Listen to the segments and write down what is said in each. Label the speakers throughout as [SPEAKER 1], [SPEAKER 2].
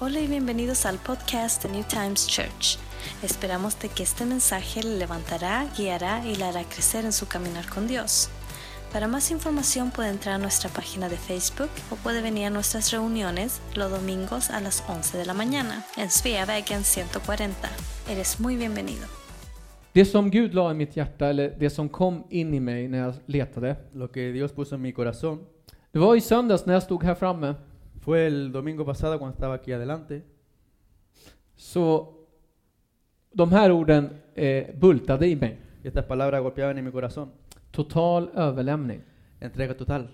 [SPEAKER 1] Hola y bienvenidos al podcast de New Times Church. Esperamos de que este mensaje le levantará, guiará y le hará crecer en su caminar con Dios. Para más información puede entrar a nuestra página de Facebook o puede venir a nuestras reuniones los domingos a las 11 de la mañana en Sveavägen 140. Eres muy bienvenido.
[SPEAKER 2] Det som Gud la i mitt hjärta, eller det som kom in i mig när jag letade,
[SPEAKER 3] Lo que Dios puso en mi corazón
[SPEAKER 2] det var i söndags när jag stod här framme,
[SPEAKER 3] fue el domingo pasado cuando estaba aquí adelante.
[SPEAKER 2] så de här orden eh, bultade i mig.
[SPEAKER 3] Y estas palabras golpeaban en mi corazón.
[SPEAKER 2] Total överlämning.
[SPEAKER 3] Entrega total.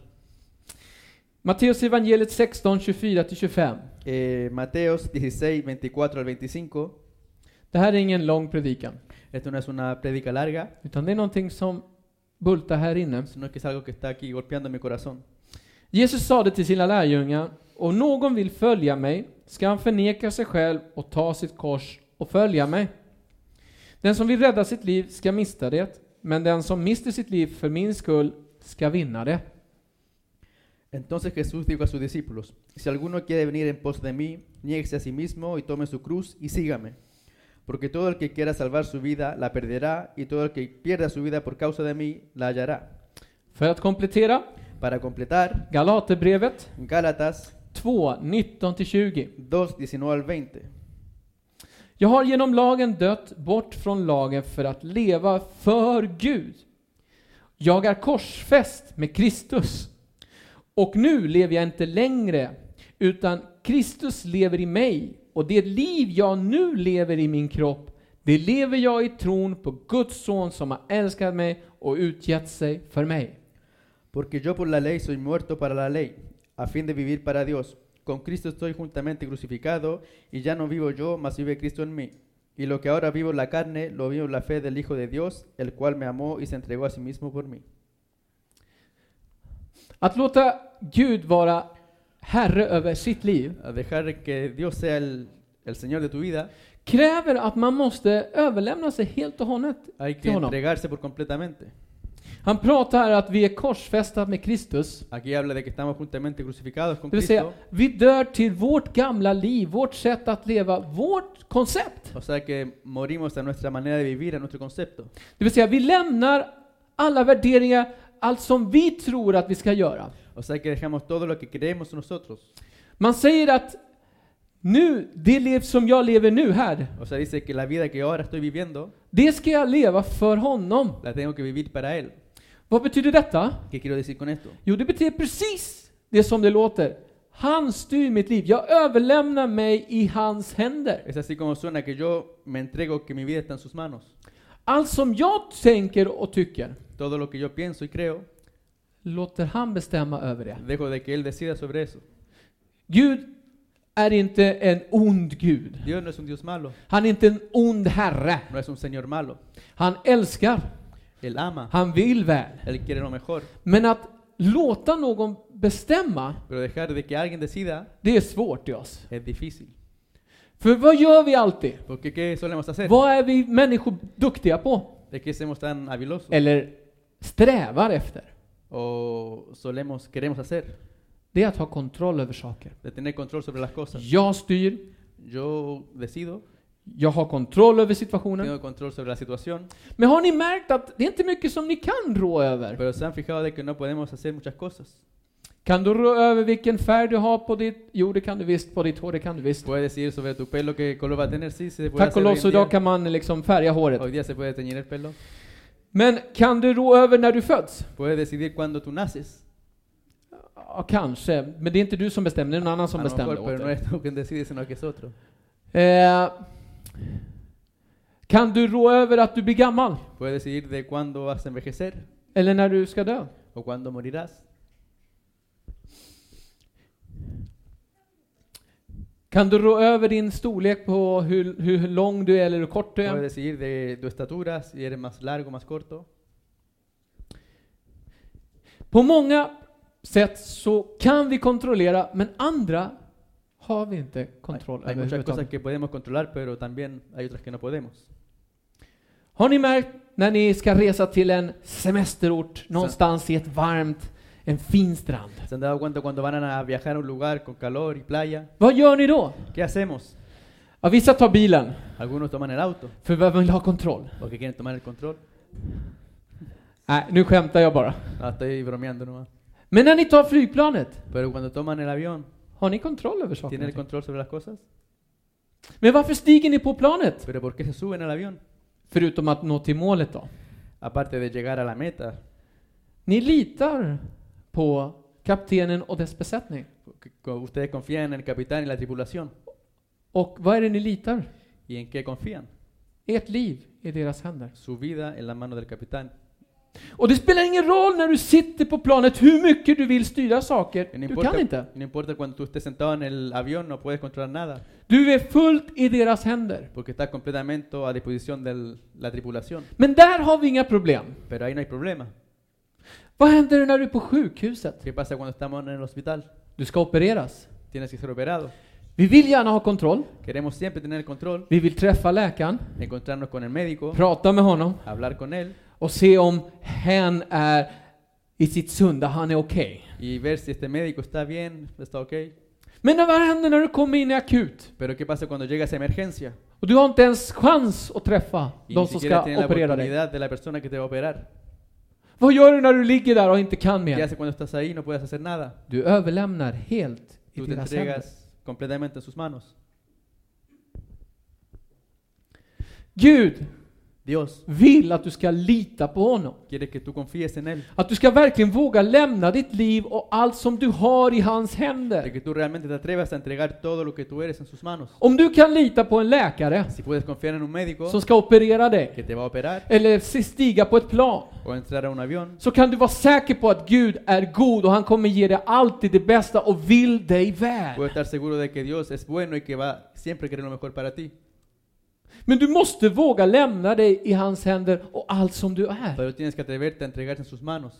[SPEAKER 2] Matteus evangeliet 16, 24-25.
[SPEAKER 3] Eh, Mateos 16, 24 al 25.
[SPEAKER 2] Det här är ingen lång predikan,
[SPEAKER 3] Esto no es una prédica larga,
[SPEAKER 2] utan det är någonting som bultar här inne.
[SPEAKER 3] sino que es algo que está aquí golpeando mi corazón.
[SPEAKER 2] Jesus sade till sina lärjungar, om någon vill följa mig ska han förneka sig själv och ta sitt kors och följa mig. Den som vill rädda sitt liv ska mista det, men den som mister sitt liv för min skull ska vinna det.
[SPEAKER 3] Entonces Jesús dijo a sus discípulos, si alguno quiere venir en pos de mí, niéguese a sí mismo y tome su cruz y sígame. Porque todo el que quiera salvar su vida la perderá, y todo el que pierda su vida por causa de mí la hallará.
[SPEAKER 2] För att komplettera,
[SPEAKER 3] Para completar,
[SPEAKER 2] Galaterbrevet
[SPEAKER 3] Gálatas
[SPEAKER 2] 2, 19-20.
[SPEAKER 3] 2, 19 al 20.
[SPEAKER 2] Jag har genom lagen dött bort från lagen för att leva för Gud. Jag är korsfäst med Kristus. Och nu lever jag inte längre, utan Kristus lever i mig. Och det liv jag nu lever i min kropp, det lever jag i tron på Guds son som har älskat mig och utgett sig för mig.
[SPEAKER 3] Porque yo por la ley soy muerto para la ley, a fin de vivir para Dios. Con Cristo estoy juntamente crucificado, y ya no vivo yo, mas vive Cristo en mí. Y lo que ahora vivo en la carne, lo vivo en la fe del Hijo de Dios, el cual me amó y se entregó a sí mismo por mí.
[SPEAKER 2] Att låta Gud vara herre över sitt liv
[SPEAKER 3] A dejar que Dios sea el, el Señor de tu vida,
[SPEAKER 2] kräver att man måste överlämna sig helt och hållet
[SPEAKER 3] hay que
[SPEAKER 2] till honom.
[SPEAKER 3] entregarse por completamente.
[SPEAKER 2] Han pratar här att vi är korsfästa med Kristus.
[SPEAKER 3] Aquí habla de que estamos juntamente crucificados con
[SPEAKER 2] Det vill säga,
[SPEAKER 3] Cristo.
[SPEAKER 2] vi dör till vårt gamla liv, vårt sätt att leva, vårt koncept.
[SPEAKER 3] O sea que morimos a nuestra manera de vivir, a nuestro concepto.
[SPEAKER 2] Det vill säga, vi lämnar alla värderingar, allt som vi tror att vi ska göra.
[SPEAKER 3] O sea que dejamos todo lo que creemos nosotros.
[SPEAKER 2] Man säger att nu, det liv som jag lever nu här,
[SPEAKER 3] O sea, dice que la vida que ahora estoy viviendo,
[SPEAKER 2] det ska jag leva för honom.
[SPEAKER 3] la tengo que vivir para Él.
[SPEAKER 2] Vad betyder detta?
[SPEAKER 3] ¿Qué quiero decir con esto?
[SPEAKER 2] Jo, det betyder precis det som det låter. Han styr mitt liv. Jag överlämnar mig i hans händer.
[SPEAKER 3] Es así como suena que yo me entrego que mi vida está en sus manos.
[SPEAKER 2] Allt som jag tänker och tycker
[SPEAKER 3] Todo lo que yo pienso y creo,
[SPEAKER 2] låter han bestämma över det.
[SPEAKER 3] dejo de que Él decida sobre eso.
[SPEAKER 2] Gud är inte en ond Gud.
[SPEAKER 3] Dios no es un Dios malo,
[SPEAKER 2] Han är inte en ond herre.
[SPEAKER 3] no es un Señor malo.
[SPEAKER 2] Han älskar,
[SPEAKER 3] Él ama,
[SPEAKER 2] han vill väl.
[SPEAKER 3] Él quiere lo mejor.
[SPEAKER 2] Men att låta någon bestämma,
[SPEAKER 3] Pero dejar de que alguien decida
[SPEAKER 2] det är svårt i oss.
[SPEAKER 3] es difícil.
[SPEAKER 2] För vad gör vi alltid?
[SPEAKER 3] Porque ¿qué solemos hacer?
[SPEAKER 2] Vad är vi människor duktiga på?
[SPEAKER 3] ¿De qué somos tan habilosos?
[SPEAKER 2] Eller strävar efter?
[SPEAKER 3] ¿O solemos, queremos hacer?
[SPEAKER 2] Det är att ha kontroll över saker.
[SPEAKER 3] De tener control sobre las cosas.
[SPEAKER 2] Jag styr,
[SPEAKER 3] Yo decido,
[SPEAKER 2] jag har kontroll över situationen.
[SPEAKER 3] tengo control sobre la situación,
[SPEAKER 2] Men har ni märkt att det är inte mycket som ni kan rå över?
[SPEAKER 3] pero se han fijado de que no podemos hacer muchas cosas.
[SPEAKER 2] Kan du rå över vilken färg du har på ditt... Jo, det kan du visst. På ditt hår, det kan du visst.
[SPEAKER 3] Puedes decidir sobre tu pelo qué color va a tener, sí, se puede
[SPEAKER 2] Tack och
[SPEAKER 3] hacer hoy en
[SPEAKER 2] lov så idag
[SPEAKER 3] día.
[SPEAKER 2] kan man liksom färga håret.
[SPEAKER 3] Hoy día se puede teñir el pelo.
[SPEAKER 2] Men kan du rå över när du föds?
[SPEAKER 3] Puedes decidir cuándo tú naces.
[SPEAKER 2] Ja, kanske. Men det är inte du som bestämmer, det är någon annan som
[SPEAKER 3] a lo mejor,
[SPEAKER 2] bestämmer
[SPEAKER 3] pero
[SPEAKER 2] åt
[SPEAKER 3] no
[SPEAKER 2] dig.
[SPEAKER 3] eres tú quien decide, sino que es otro.
[SPEAKER 2] Eh, kan du rå över att du blir gammal?
[SPEAKER 3] Puedes decidir de cuándo vas a envejecer
[SPEAKER 2] Eller när du ska dö?
[SPEAKER 3] o cuándo morirás.
[SPEAKER 2] Kan du rå över din storlek på hur, hur lång du är eller hur kort du
[SPEAKER 3] Puedes
[SPEAKER 2] är?
[SPEAKER 3] decidir de tu estatura, si eres más largo, más corto.
[SPEAKER 2] På många sätt så kan vi kontrollera, men andra har vi inte
[SPEAKER 3] Hay,
[SPEAKER 2] kontroll
[SPEAKER 3] hay
[SPEAKER 2] över.
[SPEAKER 3] muchas
[SPEAKER 2] överhuvudtaget.
[SPEAKER 3] cosas que podemos controlar, pero también hay otras que no podemos.
[SPEAKER 2] Har ni märkt när ni ska resa till en semesterort någonstans i ett varmt en fin strand.
[SPEAKER 3] ¿Se han dado cuenta cuando van a viajar a un lugar con calor y playa?
[SPEAKER 2] Vad gör ni då?
[SPEAKER 3] ¿Qué hacemos?
[SPEAKER 2] Ja, vissa tar bilen,
[SPEAKER 3] Algunos toman el auto
[SPEAKER 2] för vem vill ha kontroll?
[SPEAKER 3] porque quieren tomar el control.
[SPEAKER 2] Nej, nu skämtar jag bara.
[SPEAKER 3] No, Ah, estoy bromeando nomás.
[SPEAKER 2] Men när ni tar flygplanet,
[SPEAKER 3] Pero cuando toman el avión,
[SPEAKER 2] har ni kontroll över saker?
[SPEAKER 3] ¿tienen
[SPEAKER 2] och
[SPEAKER 3] el
[SPEAKER 2] ting?
[SPEAKER 3] control sobre las cosas?
[SPEAKER 2] Men varför stiger ni på planet?
[SPEAKER 3] ¿Pero por qué se suben al avión?
[SPEAKER 2] Förutom att nå till målet då?
[SPEAKER 3] Aparte de llegar a la meta,
[SPEAKER 2] Ni litar på kaptenen och dess besättning.
[SPEAKER 3] porque co- ustedes confían en el capitán y la tripulación.
[SPEAKER 2] Och vad är det ni litar?
[SPEAKER 3] ¿Y en qué confían?
[SPEAKER 2] Ert liv i deras händer.
[SPEAKER 3] Su vida en la mano del capitán.
[SPEAKER 2] Och det spelar ingen roll när du sitter på planet hur mycket du vill styra saker.
[SPEAKER 3] Y No
[SPEAKER 2] Du kan inte.
[SPEAKER 3] importa, no importa cuando tú estés sentado en el avión, no puedes controlar nada,
[SPEAKER 2] Du är fullt i deras händer.
[SPEAKER 3] porque estás completamente a disposición de la tripulación.
[SPEAKER 2] Men där har vi inga problem.
[SPEAKER 3] Pero ahí no hay problema.
[SPEAKER 2] Vad händer när du är på sjukhuset?
[SPEAKER 3] ¿Qué pasa cuando estamos en el hospital?
[SPEAKER 2] Du ska opereras.
[SPEAKER 3] Tienes que ser operado.
[SPEAKER 2] Vi vill gärna ha kontroll.
[SPEAKER 3] Queremos siempre tener el control,
[SPEAKER 2] Vi vill träffa läkaren,
[SPEAKER 3] encontrarnos con el médico,
[SPEAKER 2] prata med honom
[SPEAKER 3] hablar con él
[SPEAKER 2] och se om hen är i sitt sunda, han är okej.
[SPEAKER 3] y ver si este médico está bien, está ok.
[SPEAKER 2] Men vad händer när du kommer in i akut?
[SPEAKER 3] Pero ¿qué pasa cuando llega esa emergencia?
[SPEAKER 2] Och du har inte ens chans att träffa
[SPEAKER 3] Y
[SPEAKER 2] de
[SPEAKER 3] ni
[SPEAKER 2] som
[SPEAKER 3] siquiera
[SPEAKER 2] ska
[SPEAKER 3] tienes la
[SPEAKER 2] operera dig.
[SPEAKER 3] oportunidad de la persona que te va a operar.
[SPEAKER 2] Vad gör du när du ligger där och inte kan
[SPEAKER 3] ¿Qué
[SPEAKER 2] mer?
[SPEAKER 3] hace cuando estás ahí? No puedes hacer nada.
[SPEAKER 2] Du överlämnar helt i
[SPEAKER 3] Tú te
[SPEAKER 2] deras händer.
[SPEAKER 3] entregas completamente en sus manos.
[SPEAKER 2] Gud
[SPEAKER 3] Dios
[SPEAKER 2] vill att du ska lita på honom.
[SPEAKER 3] quiere que tú confíes en Él,
[SPEAKER 2] Att du ska verkligen våga lämna ditt liv och allt som du har i hans
[SPEAKER 3] de
[SPEAKER 2] händer.
[SPEAKER 3] que tú realmente te atrevas a entregar todo lo que tú eres en sus manos.
[SPEAKER 2] Om du kan lita på en läkare
[SPEAKER 3] Si puedes confiar en un médico
[SPEAKER 2] som ska operera dig,
[SPEAKER 3] que te va a operar
[SPEAKER 2] eller stiga på ett plan,
[SPEAKER 3] o entrar a un avión,
[SPEAKER 2] så kan du vara säker på att Gud är god och han kommer ge dig alltid det bästa och vill dig väl.
[SPEAKER 3] puedes estar seguro de que Dios es bueno y que va siempre a querer lo mejor para ti.
[SPEAKER 2] Men du måste våga lämna dig i hans händer och allt som du är.
[SPEAKER 3] Pero tienes que atreverte a entregarse en sus manos,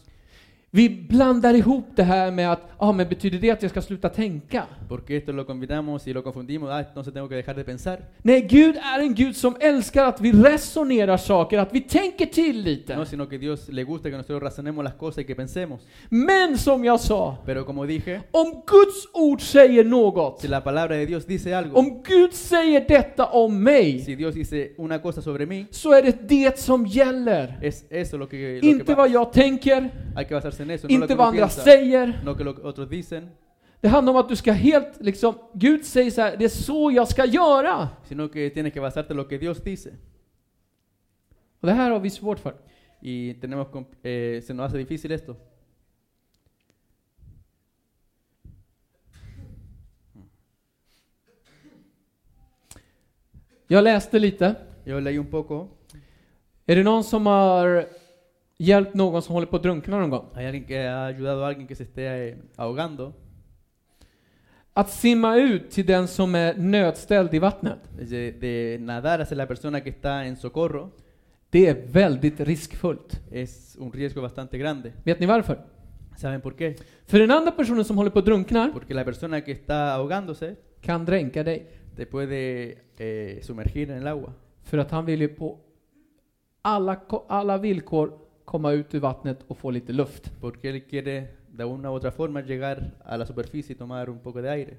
[SPEAKER 2] Vi blandar ihop det här med att, ja ah, men betyder det att jag ska sluta tänka?
[SPEAKER 3] porque esto lo combinamos y lo confundimos. Ah, entonces tengo que dejar de pensar.
[SPEAKER 2] Nej, Gud är en Gud som älskar att vi resonerar saker, att vi tänker till
[SPEAKER 3] No,
[SPEAKER 2] lite.
[SPEAKER 3] sino que Dios le gusta que nosotros razonemos las cosas y que pensemos.
[SPEAKER 2] Men som jag sa,
[SPEAKER 3] Pero como dije,
[SPEAKER 2] om Guds ord säger något,
[SPEAKER 3] si la palabra de Dios dice algo,
[SPEAKER 2] om Gud säger detta om mig,
[SPEAKER 3] si Dios dice una cosa sobre mí,
[SPEAKER 2] så är det det som gäller.
[SPEAKER 3] es eso lo que, lo
[SPEAKER 2] Inte
[SPEAKER 3] que va-
[SPEAKER 2] vad jag tänker,
[SPEAKER 3] hay que basarse en eso. No lo
[SPEAKER 2] inte
[SPEAKER 3] que
[SPEAKER 2] vad
[SPEAKER 3] uno
[SPEAKER 2] andra
[SPEAKER 3] piensa,
[SPEAKER 2] säger.
[SPEAKER 3] no que lo que otros dicen,
[SPEAKER 2] Det handlar om att du ska helt, liksom, Gud säger så här, det är så jag ska göra.
[SPEAKER 3] sino que tienes que basarte en lo que Dios dice.
[SPEAKER 2] Och det här har vi svårt för.
[SPEAKER 3] Y tenemos com- eh, se nos hace difícil esto.
[SPEAKER 2] Jag läste lite.
[SPEAKER 3] Yo leí un poco.
[SPEAKER 2] Är det någon som har hjälpt någon som håller på att drunkna någon gång?
[SPEAKER 3] Hay alguien que ha ayudado a alguien que se esté eh, ahogando.
[SPEAKER 2] Att simma ut till den som är nödställd i vattnet,
[SPEAKER 3] De, de nadar hacia la persona que está en socorro
[SPEAKER 2] det är väldigt riskfullt.
[SPEAKER 3] es un riesgo bastante grande.
[SPEAKER 2] Vet ni varför?
[SPEAKER 3] ¿Saben por qué?
[SPEAKER 2] För den andra personen som håller på att drunkna
[SPEAKER 3] Porque la persona que está ahogándose
[SPEAKER 2] kan dränka dig.
[SPEAKER 3] te puede eh, sumergir en el agua.
[SPEAKER 2] För att han vill ju på alla, ko- alla villkor komma ut ur vattnet och få lite luft.
[SPEAKER 3] Porque él quiere de una u otra forma llegar a la superficie y tomar un poco de aire.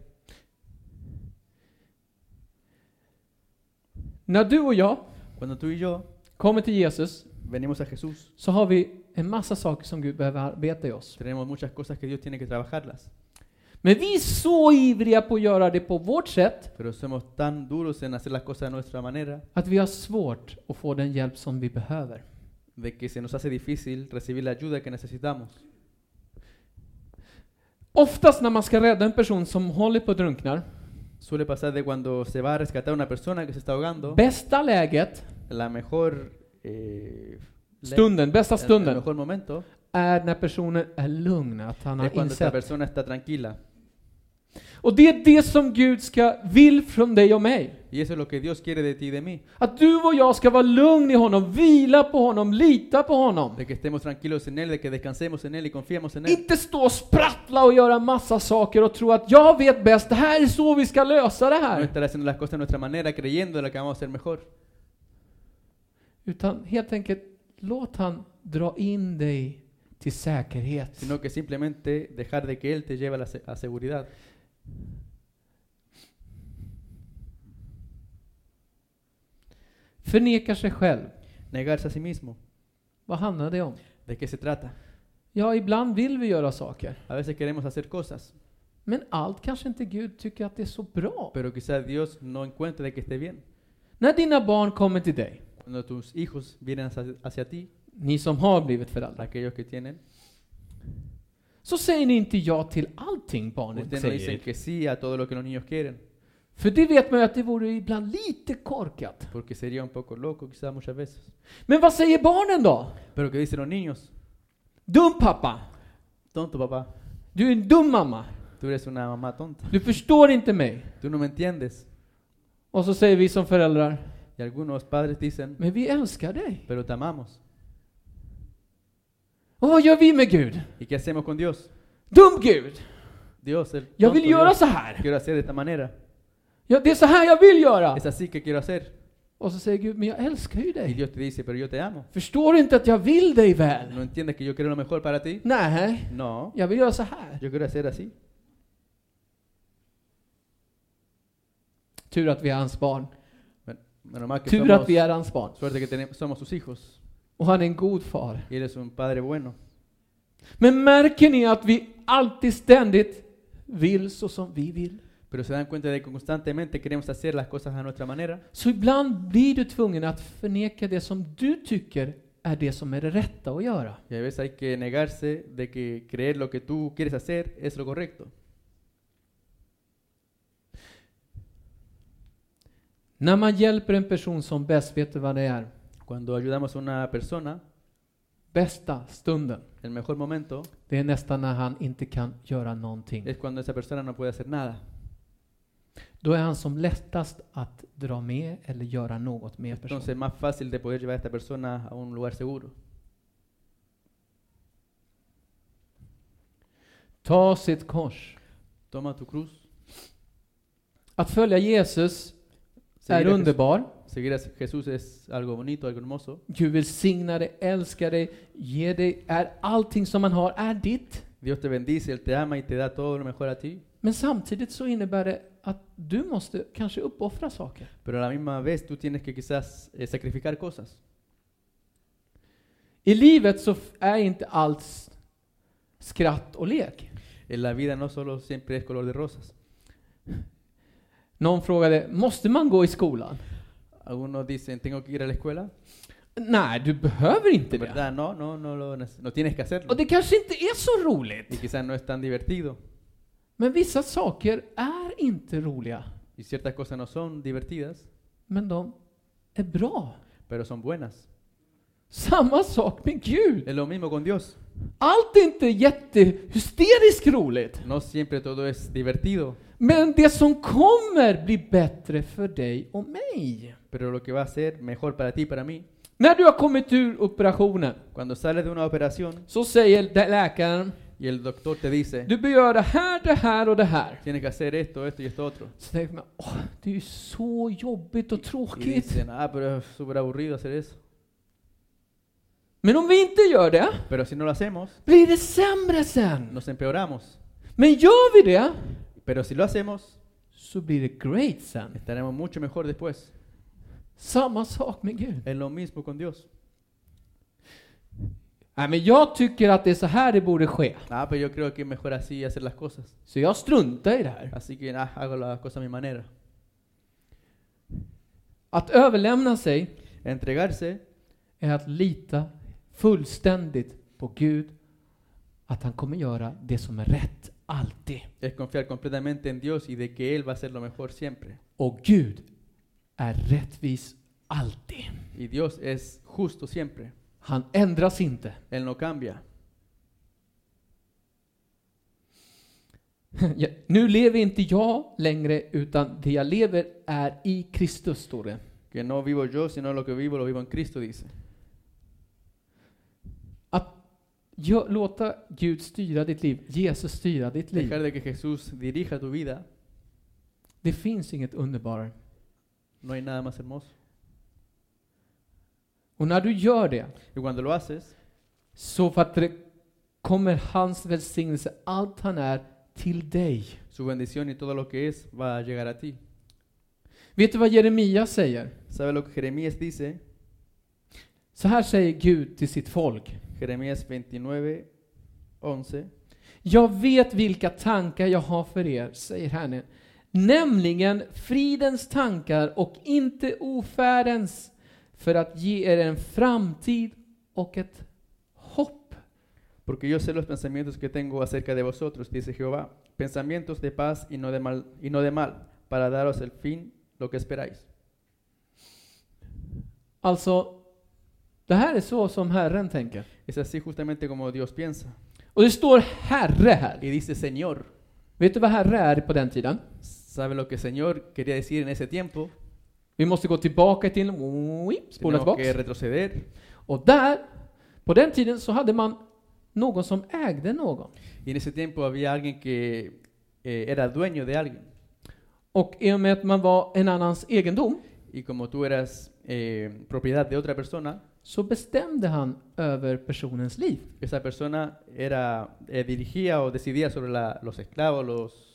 [SPEAKER 2] När du och jag
[SPEAKER 3] Cuando tú y yo
[SPEAKER 2] kommer till Jesus
[SPEAKER 3] venimos a Jesús,
[SPEAKER 2] så har vi en massa saker som Gud behöver arbeta i oss.
[SPEAKER 3] tenemos muchas cosas que Dios tiene que trabajarlas.
[SPEAKER 2] Men vi är så ivriga på att göra det på vårt sätt
[SPEAKER 3] Pero somos tan duros en hacer las cosas de nuestra manera
[SPEAKER 2] att vi har svårt att få den hjälp som vi behöver.
[SPEAKER 3] de que se nos hace difícil recibir la ayuda que necesitamos.
[SPEAKER 2] Oftast när man ska rädda en person som håller på att drunkna,
[SPEAKER 3] Suele pasar de cuando se va a rescatar una persona que se está ahogando,
[SPEAKER 2] bästa läget,
[SPEAKER 3] la mejor eh, le-
[SPEAKER 2] stunden, bästa
[SPEAKER 3] el- el,
[SPEAKER 2] stunden,
[SPEAKER 3] mejor momento
[SPEAKER 2] är när personen är lugn, att han
[SPEAKER 3] es
[SPEAKER 2] har
[SPEAKER 3] cuando esta
[SPEAKER 2] insett.
[SPEAKER 3] persona está tranquila.
[SPEAKER 2] Och det är det som Gud ska, vill från dig och mig.
[SPEAKER 3] Y eso es lo que Dios quiere de ti y de mí,
[SPEAKER 2] Att du och jag ska vara lugn i honom, vila på honom, lita på honom.
[SPEAKER 3] de que estemos tranquilos en Él, de que descansemos en Él y confiemos en Él.
[SPEAKER 2] Inte stå och sprattla och göra massa saker och tro att jag vet bäst, det här är så vi ska lösa det
[SPEAKER 3] No
[SPEAKER 2] här.
[SPEAKER 3] estar haciendo las cosas de nuestra manera, creyendo de que vamos a ser mejor,
[SPEAKER 2] Utan helt enkelt, låt han dra in dig till säkerhet.
[SPEAKER 3] sino que simplemente dejar de que Él te lleve a la se- a seguridad.
[SPEAKER 2] Förnekar sig själv.
[SPEAKER 3] Negarse a sí mismo.
[SPEAKER 2] Vad handlar det om?
[SPEAKER 3] ¿De qué se trata?
[SPEAKER 2] Ja, ibland vill vi göra saker.
[SPEAKER 3] A veces queremos hacer cosas,
[SPEAKER 2] Men allt kanske inte Gud tycker att det är så bra.
[SPEAKER 3] pero quizás Dios no encuentre de que esté bien.
[SPEAKER 2] När dina barn kommer till dig,
[SPEAKER 3] Cuando tus hijos vienen hacia, hacia ti,
[SPEAKER 2] ni som har blivit föräldrar,
[SPEAKER 3] aquellos que tienen,
[SPEAKER 2] så säger ni inte ja till allting barnet
[SPEAKER 3] ustedes no dicen
[SPEAKER 2] säger.
[SPEAKER 3] que sí a todo lo que los niños quieren,
[SPEAKER 2] För det vet man ju att det vore ibland lite korkat.
[SPEAKER 3] porque sería un poco loco quizás muchas veces.
[SPEAKER 2] Men vad säger barnen då?
[SPEAKER 3] Pero que dicen los niños,
[SPEAKER 2] Dum pappa!
[SPEAKER 3] tonto papá,
[SPEAKER 2] Du är en dum mamma!
[SPEAKER 3] tú eres una mamá tonta,
[SPEAKER 2] Du förstår inte mig!
[SPEAKER 3] tú no me entiendes.
[SPEAKER 2] Och så säger vi som föräldrar,
[SPEAKER 3] Y algunos padres dicen,
[SPEAKER 2] men vi älskar dig!
[SPEAKER 3] pero te amamos.
[SPEAKER 2] Och vad gör vi med Gud?
[SPEAKER 3] ¿Y qué hacemos con Dios?
[SPEAKER 2] Dum Gud!
[SPEAKER 3] Dios, el
[SPEAKER 2] Jag
[SPEAKER 3] tonto
[SPEAKER 2] vill göra
[SPEAKER 3] Dios,
[SPEAKER 2] så här!
[SPEAKER 3] quiero hacer de esta manera.
[SPEAKER 2] Ja, det är så här jag vill göra!
[SPEAKER 3] Es así que quiero hacer.
[SPEAKER 2] Och så säger Gud, men jag älskar ju
[SPEAKER 3] Y
[SPEAKER 2] dig!
[SPEAKER 3] Dios te dice, pero yo te amo.
[SPEAKER 2] Förstår du inte att jag vill dig väl?
[SPEAKER 3] ¿No entiendes que yo quiero lo mejor para ti?
[SPEAKER 2] Nej,
[SPEAKER 3] No,
[SPEAKER 2] jag vill göra så här.
[SPEAKER 3] yo quiero hacer así.
[SPEAKER 2] Tur att vi är hans barn.
[SPEAKER 3] Menos mal que
[SPEAKER 2] Tur att vi
[SPEAKER 3] somos,
[SPEAKER 2] är hans barn.
[SPEAKER 3] suerte que tenemos, somos sus hijos.
[SPEAKER 2] Och han är en god far.
[SPEAKER 3] Y eres un padre bueno.
[SPEAKER 2] Men märker ni att vi alltid ständigt vill så som vi vill?
[SPEAKER 3] Pero se dan cuenta de que constantemente queremos hacer las cosas a nuestra manera.
[SPEAKER 2] Så ibland blir du tvungen att förneka det som du tycker är det som är det rätta att göra.
[SPEAKER 3] Y a veces hay que negarse de que creer lo que tú quieres hacer es lo correcto.
[SPEAKER 2] När man hjälper en person som bäst, vet du vad det är?
[SPEAKER 3] Cuando ayudamos a una persona,
[SPEAKER 2] Bästa stunden,
[SPEAKER 3] el mejor momento
[SPEAKER 2] det är nästan när han inte kan göra någonting.
[SPEAKER 3] es cuando esa persona no puede hacer nada.
[SPEAKER 2] Då är han som lättast att dra med eller göra något med personen.
[SPEAKER 3] Entonces es más fácil de poder llevar a esta persona a un lugar seguro.
[SPEAKER 2] Ta sitt kors.
[SPEAKER 3] Toma tu cruz.
[SPEAKER 2] Att följa Jesus är
[SPEAKER 3] Seguir a, Jesús,
[SPEAKER 2] underbar.
[SPEAKER 3] seguir a Jesús es algo bonito, algo hermoso.
[SPEAKER 2] Gud välsignar dig, älskar dig, ger dig, är allting som man har är ditt.
[SPEAKER 3] Dios te bendice, Él te ama y te da todo lo mejor a ti.
[SPEAKER 2] Men samtidigt så innebär det att du måste kanske uppoffra saker.
[SPEAKER 3] Pero a la misma vez tú tienes que quizás eh, sacrificar cosas.
[SPEAKER 2] I livet så f- är inte allt s- skratt och lek.
[SPEAKER 3] En la vida no solo siempre es color de rosas.
[SPEAKER 2] Någon frågade, måste man gå i skolan?
[SPEAKER 3] Algunos dicen, tengo que ir a la escuela.
[SPEAKER 2] Nej, du behöver inte
[SPEAKER 3] En
[SPEAKER 2] det.
[SPEAKER 3] verdad, no, no, no, lo nece- no tienes que hacerlo.
[SPEAKER 2] Och det kanske inte är så
[SPEAKER 3] Y
[SPEAKER 2] roligt.
[SPEAKER 3] quizás no es tan divertido.
[SPEAKER 2] Men vissa saker är inte roliga.
[SPEAKER 3] Y ciertas cosas no son divertidas,
[SPEAKER 2] Men de är bra.
[SPEAKER 3] pero son buenas.
[SPEAKER 2] Samma sak med Gud.
[SPEAKER 3] Es lo mismo con Dios.
[SPEAKER 2] Allt är inte jättehysteriskt roligt.
[SPEAKER 3] No siempre todo es divertido,
[SPEAKER 2] Men det som kommer blir bättre för dig och mig.
[SPEAKER 3] pero lo que va a ser mejor para ti y para mí.
[SPEAKER 2] När du har kommit ur operationen
[SPEAKER 3] Cuando sales de una operación
[SPEAKER 2] så säger lä- läkaren,
[SPEAKER 3] y el doctor te dice,
[SPEAKER 2] du bör göra det här, det här och det här.
[SPEAKER 3] tienes que hacer esto, esto y esto otro.
[SPEAKER 2] Så tänker man, åh, det är ju så jobbigt och
[SPEAKER 3] Y
[SPEAKER 2] tråkigt.
[SPEAKER 3] dicen, ah, pero es súper aburrido hacer eso.
[SPEAKER 2] Men om vi inte gör det,
[SPEAKER 3] Pero si no lo hacemos,
[SPEAKER 2] blir det sämre sen.
[SPEAKER 3] nos empeoramos.
[SPEAKER 2] Men gör vi det,
[SPEAKER 3] Pero si lo hacemos,
[SPEAKER 2] så blir det great sen.
[SPEAKER 3] estaremos mucho mejor después.
[SPEAKER 2] Samma sak med Gud.
[SPEAKER 3] Es lo mismo con Dios.
[SPEAKER 2] Nej, men jag tycker att det är så här det borde ske.
[SPEAKER 3] Ah, pero yo creo que es mejor así hacer las cosas.
[SPEAKER 2] Så jag struntar i det här.
[SPEAKER 3] Así que ah, hago las cosas a mi manera.
[SPEAKER 2] Att överlämna sig
[SPEAKER 3] Entregarse
[SPEAKER 2] är att lita fullständigt på Gud, att han kommer göra det som är rätt alltid.
[SPEAKER 3] es confiar completamente en Dios y de que Él va a hacer lo mejor siempre.
[SPEAKER 2] Och Gud är rättvis alltid.
[SPEAKER 3] Y Dios es justo siempre.
[SPEAKER 2] Han ändras inte.
[SPEAKER 3] Él no cambia.
[SPEAKER 2] Ja, nu lever inte jag längre, utan det jag lever är i Kristus, står det.
[SPEAKER 3] Que no vivo yo, sino lo que vivo lo vivo en Cristo, dice.
[SPEAKER 2] Att gö- låta Gud styra ditt liv, Jesus styra ditt
[SPEAKER 3] Dejar
[SPEAKER 2] liv.
[SPEAKER 3] de que Jesús dirija tu vida,
[SPEAKER 2] Det finns inget underbarare.
[SPEAKER 3] no hay nada más hermoso.
[SPEAKER 2] Och när du gör det,
[SPEAKER 3] Y cuando lo haces,
[SPEAKER 2] så för att det kommer hans välsignelse, allt han är, till dig.
[SPEAKER 3] Su bendición y todo lo que es va a llegar a ti.
[SPEAKER 2] Vet du vad Jeremia säger?
[SPEAKER 3] ¿Sabe lo que Jeremías dice?
[SPEAKER 2] Så här säger Gud till sitt folk.
[SPEAKER 3] Jeremías 29, 11.
[SPEAKER 2] Jag vet vilka tankar jag har för er, säger Herren. Nämligen fridens tankar och inte ofärdens, för att ge er en framtid och ett hopp.
[SPEAKER 3] Porque yo sé los pensamientos que tengo acerca de vosotros, dice Jehová, pensamientos de paz y no de mal, y no de mal para daros el fin lo que esperáis.
[SPEAKER 2] Alltså, det här är så som Herren tänker.
[SPEAKER 3] Es así justamente como Dios piensa.
[SPEAKER 2] Och det står Herre här.
[SPEAKER 3] Y dice Señor.
[SPEAKER 2] Vet du vad Herre är på den tiden?
[SPEAKER 3] ¿Sabe lo que Señor quería decir en ese tiempo?
[SPEAKER 2] Vi måste gå tillbaka till, oip, spola
[SPEAKER 3] Tenemos
[SPEAKER 2] tillbaka.
[SPEAKER 3] que retroceder.
[SPEAKER 2] Och där, på den tiden så hade man någon som ägde någon.
[SPEAKER 3] Y en ese tiempo había alguien que eh, era dueño de alguien.
[SPEAKER 2] Och i och med att man var en annans egendom
[SPEAKER 3] Y como tú eras eh, propiedad de otra persona,
[SPEAKER 2] så bestämde han över personens liv.
[SPEAKER 3] esa persona era eh, dirigía o decidía sobre la- los esclavos, los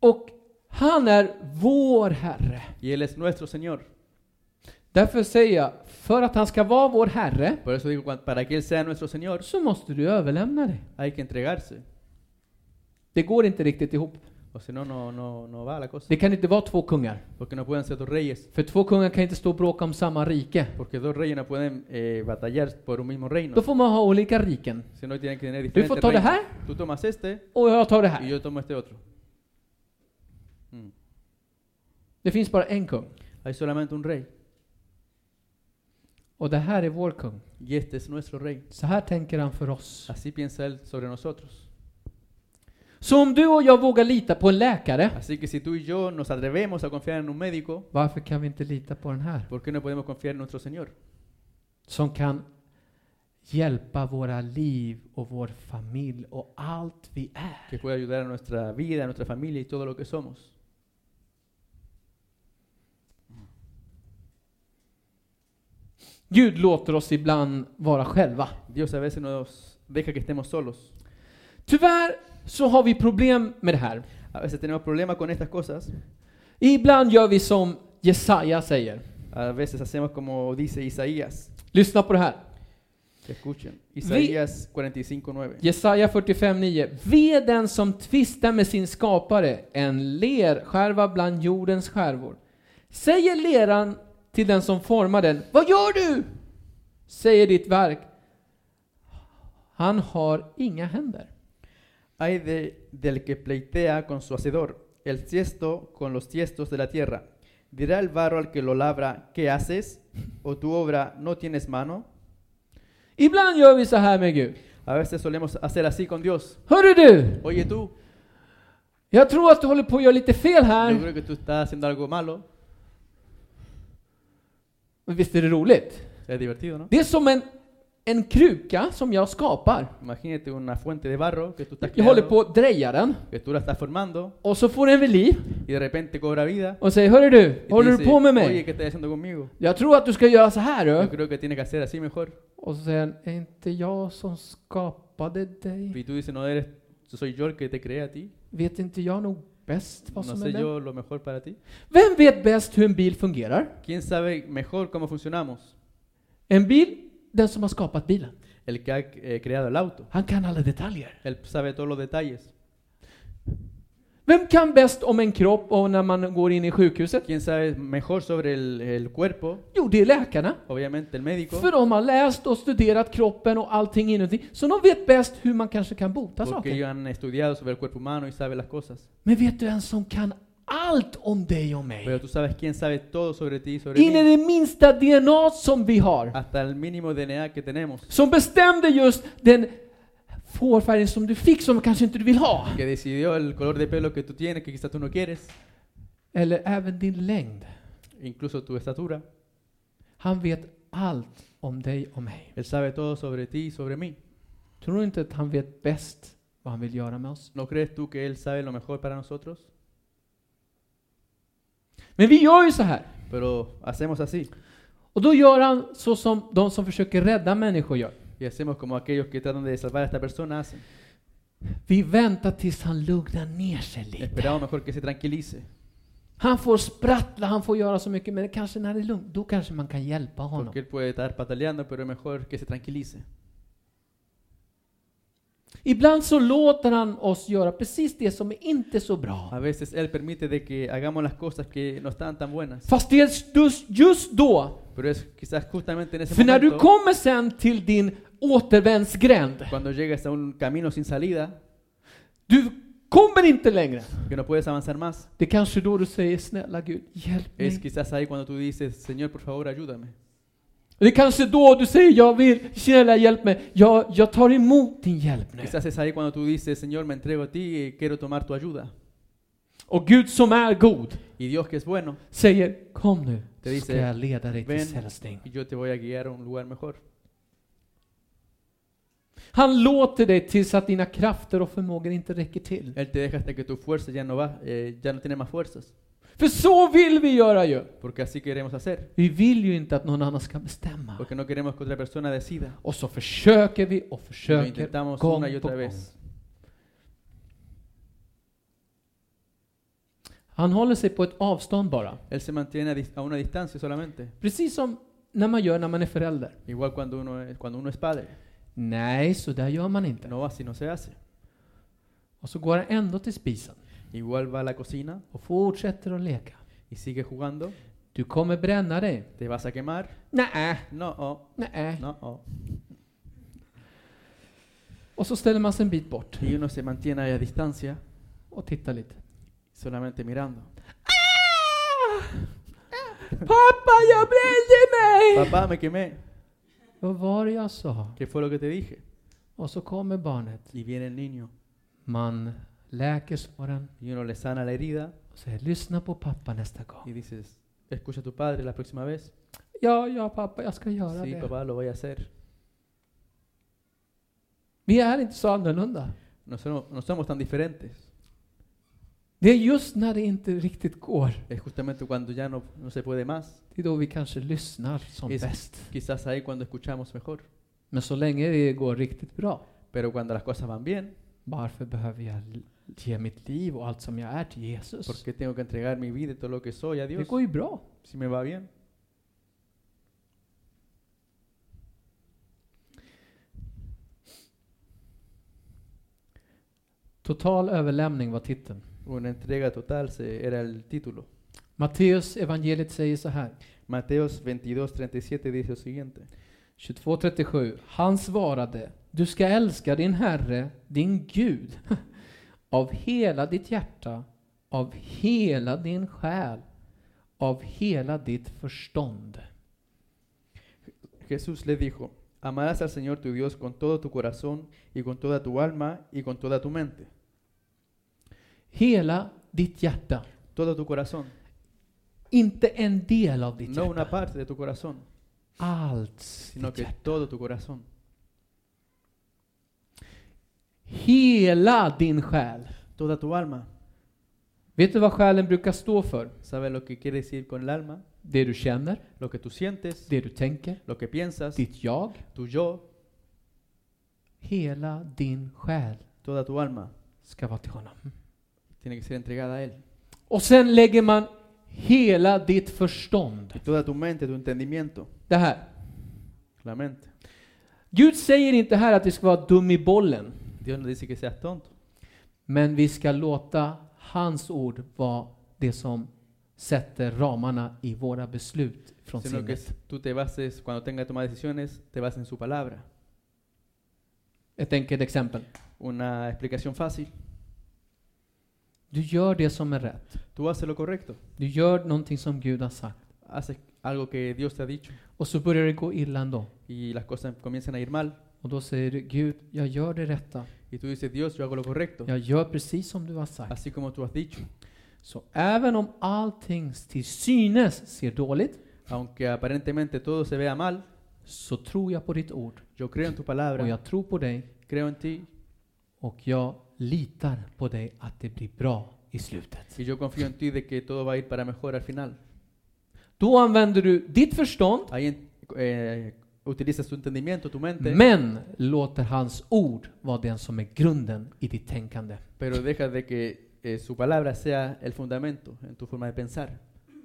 [SPEAKER 2] Och han är vår Herre.
[SPEAKER 3] y él es nuestro Señor.
[SPEAKER 2] Därför säger jag, för att han ska vara vår Herre
[SPEAKER 3] Por eso digo, cuan- para que él sea nuestro Señor,
[SPEAKER 2] så måste du överlämna dig.
[SPEAKER 3] hay que entregarse,
[SPEAKER 2] Det går inte riktigt ihop.
[SPEAKER 3] o si no no no no va la cosa,
[SPEAKER 2] Det kan inte vara två kungar.
[SPEAKER 3] porque no pueden ser dos reyes,
[SPEAKER 2] För två kungar kan inte stå och bråka om samma rike.
[SPEAKER 3] porque dos reyes no pueden eh, batallar por un mismo reino,
[SPEAKER 2] Då får man ha olika riken.
[SPEAKER 3] si no tienen que tener
[SPEAKER 2] Du får
[SPEAKER 3] diferentes
[SPEAKER 2] ta det
[SPEAKER 3] reinos.
[SPEAKER 2] här
[SPEAKER 3] Tú tomas este
[SPEAKER 2] och jag tar det här.
[SPEAKER 3] y yo tomo este otro. Mm.
[SPEAKER 2] Det finns bara en kung.
[SPEAKER 3] Hay solamente un rey
[SPEAKER 2] Och det här är vår kung.
[SPEAKER 3] y este es nuestro rey.
[SPEAKER 2] Så här tänker han för oss.
[SPEAKER 3] Así piensa él sobre nosotros.
[SPEAKER 2] Så om du och jag vågar lita på en läkare,
[SPEAKER 3] Así que si tú y yo nos atrevemos a confiar en un médico,
[SPEAKER 2] varför kan vi inte lita på den här?
[SPEAKER 3] ¿Por qué no podemos confiar en nuestro Señor?
[SPEAKER 2] Som kan hjälpa våra liv och vår familj och allt vi är.
[SPEAKER 3] Que puede ayudar a nuestra vida, a nuestra familia y todo lo que somos.
[SPEAKER 2] Gud låter oss ibland vara själva.
[SPEAKER 3] Dios a veces nos deja que estemos solos.
[SPEAKER 2] Tyvärr så har vi problem med det här.
[SPEAKER 3] A veces tenemos problemas con estas cosas.
[SPEAKER 2] Ibland gör vi som Jesaja säger.
[SPEAKER 3] A veces hacemos como dice Isaías.
[SPEAKER 2] Lyssna på det här.
[SPEAKER 3] Escuchen. Isaías 45.9.
[SPEAKER 2] Jesaja 45.9. Ve den som tvistar med sin skapare, en lerskärva bland jordens skärvor. Säger leran till den som formar den, Vad gör du? Säger ditt verk, Han har inga händer.
[SPEAKER 3] Hay de, del que pleitea con su hacedor, el tiesto con los tiestos de la tierra. Dirá el barro al que lo labra, ¿qué haces? ¿O tu obra no tienes mano?
[SPEAKER 2] Ibland gör vi så här med Gud.
[SPEAKER 3] A veces solemos hacer así con Dios.
[SPEAKER 2] Hörru du,
[SPEAKER 3] Oye tú,
[SPEAKER 2] jag tror att du håller på att göra lite fel
[SPEAKER 3] yo
[SPEAKER 2] här.
[SPEAKER 3] creo que tú estás haciendo algo malo.
[SPEAKER 2] Men visst är det roligt?
[SPEAKER 3] Es divertido, ¿no?
[SPEAKER 2] Det är som en, en kruka som jag skapar.
[SPEAKER 3] Imagínate una fuente de barro que tú estás
[SPEAKER 2] Jag håller
[SPEAKER 3] creando,
[SPEAKER 2] på att dreja den,
[SPEAKER 3] que tú la estás formando
[SPEAKER 2] och så får den vid liv.
[SPEAKER 3] y de repente cobra vida.
[SPEAKER 2] och säger Hörru du,
[SPEAKER 3] y te
[SPEAKER 2] håller du
[SPEAKER 3] dice,
[SPEAKER 2] på med
[SPEAKER 3] Oye,
[SPEAKER 2] mig?
[SPEAKER 3] ¿qué estás haciendo conmigo?
[SPEAKER 2] Jag tror att du ska göra så här
[SPEAKER 3] Yo
[SPEAKER 2] du.
[SPEAKER 3] creo que tienes que hacer así mejor.
[SPEAKER 2] Och så säger han, är inte jag som skapade dig?
[SPEAKER 3] Y tú dices, no eres, yo soy yo el que te creé a ti.
[SPEAKER 2] Vet inte jag nog bäst
[SPEAKER 3] No
[SPEAKER 2] vad som
[SPEAKER 3] sé
[SPEAKER 2] händer?
[SPEAKER 3] yo lo mejor para ti.
[SPEAKER 2] Vem vet bäst hur en bil fungerar?
[SPEAKER 3] ¿Quién sabe mejor cómo funcionamos?
[SPEAKER 2] En bil, den som har skapat bilen.
[SPEAKER 3] El que ha eh, creado el auto.
[SPEAKER 2] Han kan alla detaljer.
[SPEAKER 3] Él sabe todos los detalles.
[SPEAKER 2] Vem kan bäst om en kropp och när man går in i sjukhuset?
[SPEAKER 3] ¿Quién sabe mejor sobre el, el cuerpo?
[SPEAKER 2] Jo, det är läkarna.
[SPEAKER 3] Obviamente el médico.
[SPEAKER 2] För de har läst och studerat kroppen och allting inuti, så de vet bäst hur man kanske kan bota
[SPEAKER 3] Porque
[SPEAKER 2] saker.
[SPEAKER 3] ellos han estudiado sobre el cuerpo humano y saben las cosas.
[SPEAKER 2] Men vet du en som kan allt om dig och mig?
[SPEAKER 3] Pero tú sabes quién sabe todo sobre ti y sobre
[SPEAKER 2] In i
[SPEAKER 3] mí.
[SPEAKER 2] det minsta DNA som vi har.
[SPEAKER 3] hasta el mínimo DNA que tenemos,
[SPEAKER 2] Som bestämde just den hårfärgen som du fick som kanske inte du vill ha.
[SPEAKER 3] que decidió el color de pelo que tú tienes, que quizás tú no quieres,
[SPEAKER 2] Eller även din längd.
[SPEAKER 3] incluso tu estatura.
[SPEAKER 2] Han vet allt om dig och mig.
[SPEAKER 3] Él sabe todo sobre ti y sobre mí.
[SPEAKER 2] Tror du inte att han vet bäst vad han vill göra med oss?
[SPEAKER 3] ¿No crees tú que Él sabe lo mejor para nosotros?
[SPEAKER 2] Men vi gör ju så här.
[SPEAKER 3] Pero hacemos así.
[SPEAKER 2] Och då gör han så som de som försöker rädda människor gör.
[SPEAKER 3] Y hacemos como aquellos que tratan de salvar a esta persona hacen.
[SPEAKER 2] Vi väntar tills han lugnar ner sig lite.
[SPEAKER 3] Esperamos mejor que se tranquilice.
[SPEAKER 2] Han får sprattla, han får göra så mycket, men kanske när det är lugnt, då kanske man kan hjälpa honom.
[SPEAKER 3] Porque él puede estar pataleando, pero es mejor que se tranquilice.
[SPEAKER 2] Ibland så låter han oss göra precis det som är inte så
[SPEAKER 3] A
[SPEAKER 2] bra.
[SPEAKER 3] veces él permite de que hagamos las cosas que no estaban tan buenas.
[SPEAKER 2] Fast det är dus- just då,
[SPEAKER 3] Pero es quizás justamente en ese
[SPEAKER 2] för när du
[SPEAKER 3] momento,
[SPEAKER 2] kommer sen till din återvändsgränd,
[SPEAKER 3] cuando llegas a un camino sin salida,
[SPEAKER 2] du kommer inte längre.
[SPEAKER 3] que no puedes avanzar más,
[SPEAKER 2] Det är kanske då du säger snälla Gud, hjälp
[SPEAKER 3] es
[SPEAKER 2] mig.
[SPEAKER 3] quizás ahí cuando tú dices, Señor, por favor, ayúdame.
[SPEAKER 2] Det är kanske då du säger jag vill, snälla hjälp mig. Jag, jag tar emot din hjälp nu.
[SPEAKER 3] Quizás es ahí cuando tú dices, Señor, me entrego a ti y quiero tomar tu ayuda.
[SPEAKER 2] Och Gud som är god
[SPEAKER 3] Y Dios que es bueno,
[SPEAKER 2] säger kom nu,
[SPEAKER 3] Det visar-
[SPEAKER 2] ska jag leda dig till
[SPEAKER 3] Vem-
[SPEAKER 2] frälsning.
[SPEAKER 3] y yo te voy a guiar a un lugar mejor.
[SPEAKER 2] Han låter dig tills att dina krafter och förmågor inte räcker till.
[SPEAKER 3] Él te deja hasta que tu fuerza ya no va, eh, ya no tiene más fuerzas.
[SPEAKER 2] För så vill vi göra ju.
[SPEAKER 3] Porque así queremos hacer.
[SPEAKER 2] Vi vill ju inte att någon annan ska bestämma.
[SPEAKER 3] Porque no queremos que otra persona decida.
[SPEAKER 2] Och så försöker vi och
[SPEAKER 3] Lo
[SPEAKER 2] försöker
[SPEAKER 3] intentamos
[SPEAKER 2] gång
[SPEAKER 3] una y
[SPEAKER 2] på
[SPEAKER 3] otra
[SPEAKER 2] gång.
[SPEAKER 3] vez.
[SPEAKER 2] Han håller sig på ett avstånd bara.
[SPEAKER 3] Él se mantiene a, dis- a una distancia solamente.
[SPEAKER 2] Precis som när man gör när man är förälder.
[SPEAKER 3] Igual cuando uno es, cuando uno es padre.
[SPEAKER 2] Nej, så där gör man inte.
[SPEAKER 3] No así no se hace.
[SPEAKER 2] Och så går han ändå till spisen
[SPEAKER 3] Igual va a la cocina
[SPEAKER 2] och fortsätter att leka.
[SPEAKER 3] y sigue jugando.
[SPEAKER 2] Du kommer bränna dig.
[SPEAKER 3] Te vas a quemar.
[SPEAKER 2] Nej,
[SPEAKER 3] No, oh,
[SPEAKER 2] nej.
[SPEAKER 3] no, oh.
[SPEAKER 2] Och så ställer man sig en bit bort
[SPEAKER 3] Y uno se mantiene a distancia
[SPEAKER 2] och tittar lite.
[SPEAKER 3] solamente mirando. Ah!
[SPEAKER 2] Pappa, jag brände mig!
[SPEAKER 3] Papá, me quemé.
[SPEAKER 2] Vad var det jag sa?
[SPEAKER 3] ¿Qué fue lo que te dije?
[SPEAKER 2] Och så kommer barnet.
[SPEAKER 3] Y viene el niño
[SPEAKER 2] Man läker såren
[SPEAKER 3] y uno le sana la herida
[SPEAKER 2] och säger lyssna på pappa nästa gång.
[SPEAKER 3] y dices, escucha a tu padre la próxima vez.
[SPEAKER 2] Ja, ja pappa, jag ska göra
[SPEAKER 3] Sí,
[SPEAKER 2] det.
[SPEAKER 3] papá, lo voy a hacer.
[SPEAKER 2] Vi är inte så annorlunda.
[SPEAKER 3] No somos, no somos tan diferentes.
[SPEAKER 2] Det är just när det inte riktigt går,
[SPEAKER 3] Es justamente cuando ya no, no se puede más.
[SPEAKER 2] det är då vi kanske lyssnar som
[SPEAKER 3] Is-
[SPEAKER 2] bäst.
[SPEAKER 3] Quizás ahí cuando escuchamos mejor.
[SPEAKER 2] Men så länge det går riktigt bra,
[SPEAKER 3] Pero cuando las cosas van bien,
[SPEAKER 2] varför behöver jag l- ge mitt liv och allt som jag är till
[SPEAKER 3] ¿por
[SPEAKER 2] Jesus?
[SPEAKER 3] qué tengo que entregar mi vida y todo lo que soy a
[SPEAKER 2] Det
[SPEAKER 3] Dios?
[SPEAKER 2] går ju bra.
[SPEAKER 3] Si me va bien.
[SPEAKER 2] Total överlämning var titeln.
[SPEAKER 3] Una entrega total se- era el título.
[SPEAKER 2] Matteus evangeliet säger så här,
[SPEAKER 3] Mateos 22, 37 dice lo siguiente.
[SPEAKER 2] 22.37. Han svarade, du ska älska din Herre, din Gud, av hela ditt hjärta, av hela din själ, av hela ditt förstånd.
[SPEAKER 3] Jesús le dijo, amarás al Señor tu Dios con todo tu corazón y con toda tu alma y con toda tu mente.
[SPEAKER 2] Hela ditt hjärta.
[SPEAKER 3] Todo tu corazón.
[SPEAKER 2] Inte en del av ditt
[SPEAKER 3] No una
[SPEAKER 2] hjärta.
[SPEAKER 3] parte de tu corazón,
[SPEAKER 2] Allt
[SPEAKER 3] sino
[SPEAKER 2] ditt
[SPEAKER 3] que
[SPEAKER 2] hjärta.
[SPEAKER 3] todo tu corazón.
[SPEAKER 2] Hela din själ.
[SPEAKER 3] Toda tu alma.
[SPEAKER 2] Vet du vad själen brukar stå för?
[SPEAKER 3] ¿Sabes lo que quiere decir con el alma?
[SPEAKER 2] Det du känner,
[SPEAKER 3] Lo que tú sientes,
[SPEAKER 2] det du tänker,
[SPEAKER 3] lo que piensas,
[SPEAKER 2] ditt jag.
[SPEAKER 3] tu yo,
[SPEAKER 2] Hela din själ
[SPEAKER 3] toda tu alma
[SPEAKER 2] ska vara till honom.
[SPEAKER 3] tiene que ser entregada a Él.
[SPEAKER 2] Och sen lägger man hela ditt förstånd.
[SPEAKER 3] Y toda tu mente, tu entendimiento,
[SPEAKER 2] Det här.
[SPEAKER 3] la mente.
[SPEAKER 2] Gud säger inte här att vi ska vara dum i bollen.
[SPEAKER 3] Dios no dice que seas tonto,
[SPEAKER 2] Men vi ska låta hans ord vara det som sätter ramarna i våra beslut från
[SPEAKER 3] sino que
[SPEAKER 2] sinnet.
[SPEAKER 3] tú te bases, cuando tengas que tomar decisiones, te bases en su palabra.
[SPEAKER 2] Ett enkelt exempel.
[SPEAKER 3] Una explicación fácil.
[SPEAKER 2] Du gör det som är rätt.
[SPEAKER 3] Tú haces lo correcto,
[SPEAKER 2] Du gör någonting som Gud har sagt.
[SPEAKER 3] haces algo que Dios te ha dicho
[SPEAKER 2] Och så börjar det gå illa ändå.
[SPEAKER 3] y las cosas comienzan a ir mal.
[SPEAKER 2] Och då säger du, Gud, jag gör det rätta.
[SPEAKER 3] Y tú dices, Dios, yo hago lo correcto,
[SPEAKER 2] Jag gör precis som du har sagt.
[SPEAKER 3] así como tú has dicho.
[SPEAKER 2] Så även om allting till synes ser dåligt,
[SPEAKER 3] Aunque aparentemente todo se vea mal,
[SPEAKER 2] så tror jag på ditt ord.
[SPEAKER 3] yo creo en tu
[SPEAKER 2] Och
[SPEAKER 3] palabra,
[SPEAKER 2] jag tror på dig.
[SPEAKER 3] creo en ti
[SPEAKER 2] Och jag litar på dig att det blir bra i slutet.
[SPEAKER 3] y yo confío en ti de que todo va a ir para mejor al final.
[SPEAKER 2] Då använder du ditt förstånd
[SPEAKER 3] Ahí en- eh, Utiliza tu entendimiento, tu mente,
[SPEAKER 2] Men låter hans ord vara den som är grunden i ditt tänkande.
[SPEAKER 3] pero deja de que eh, su palabra sea el fundamento en tu forma de pensar.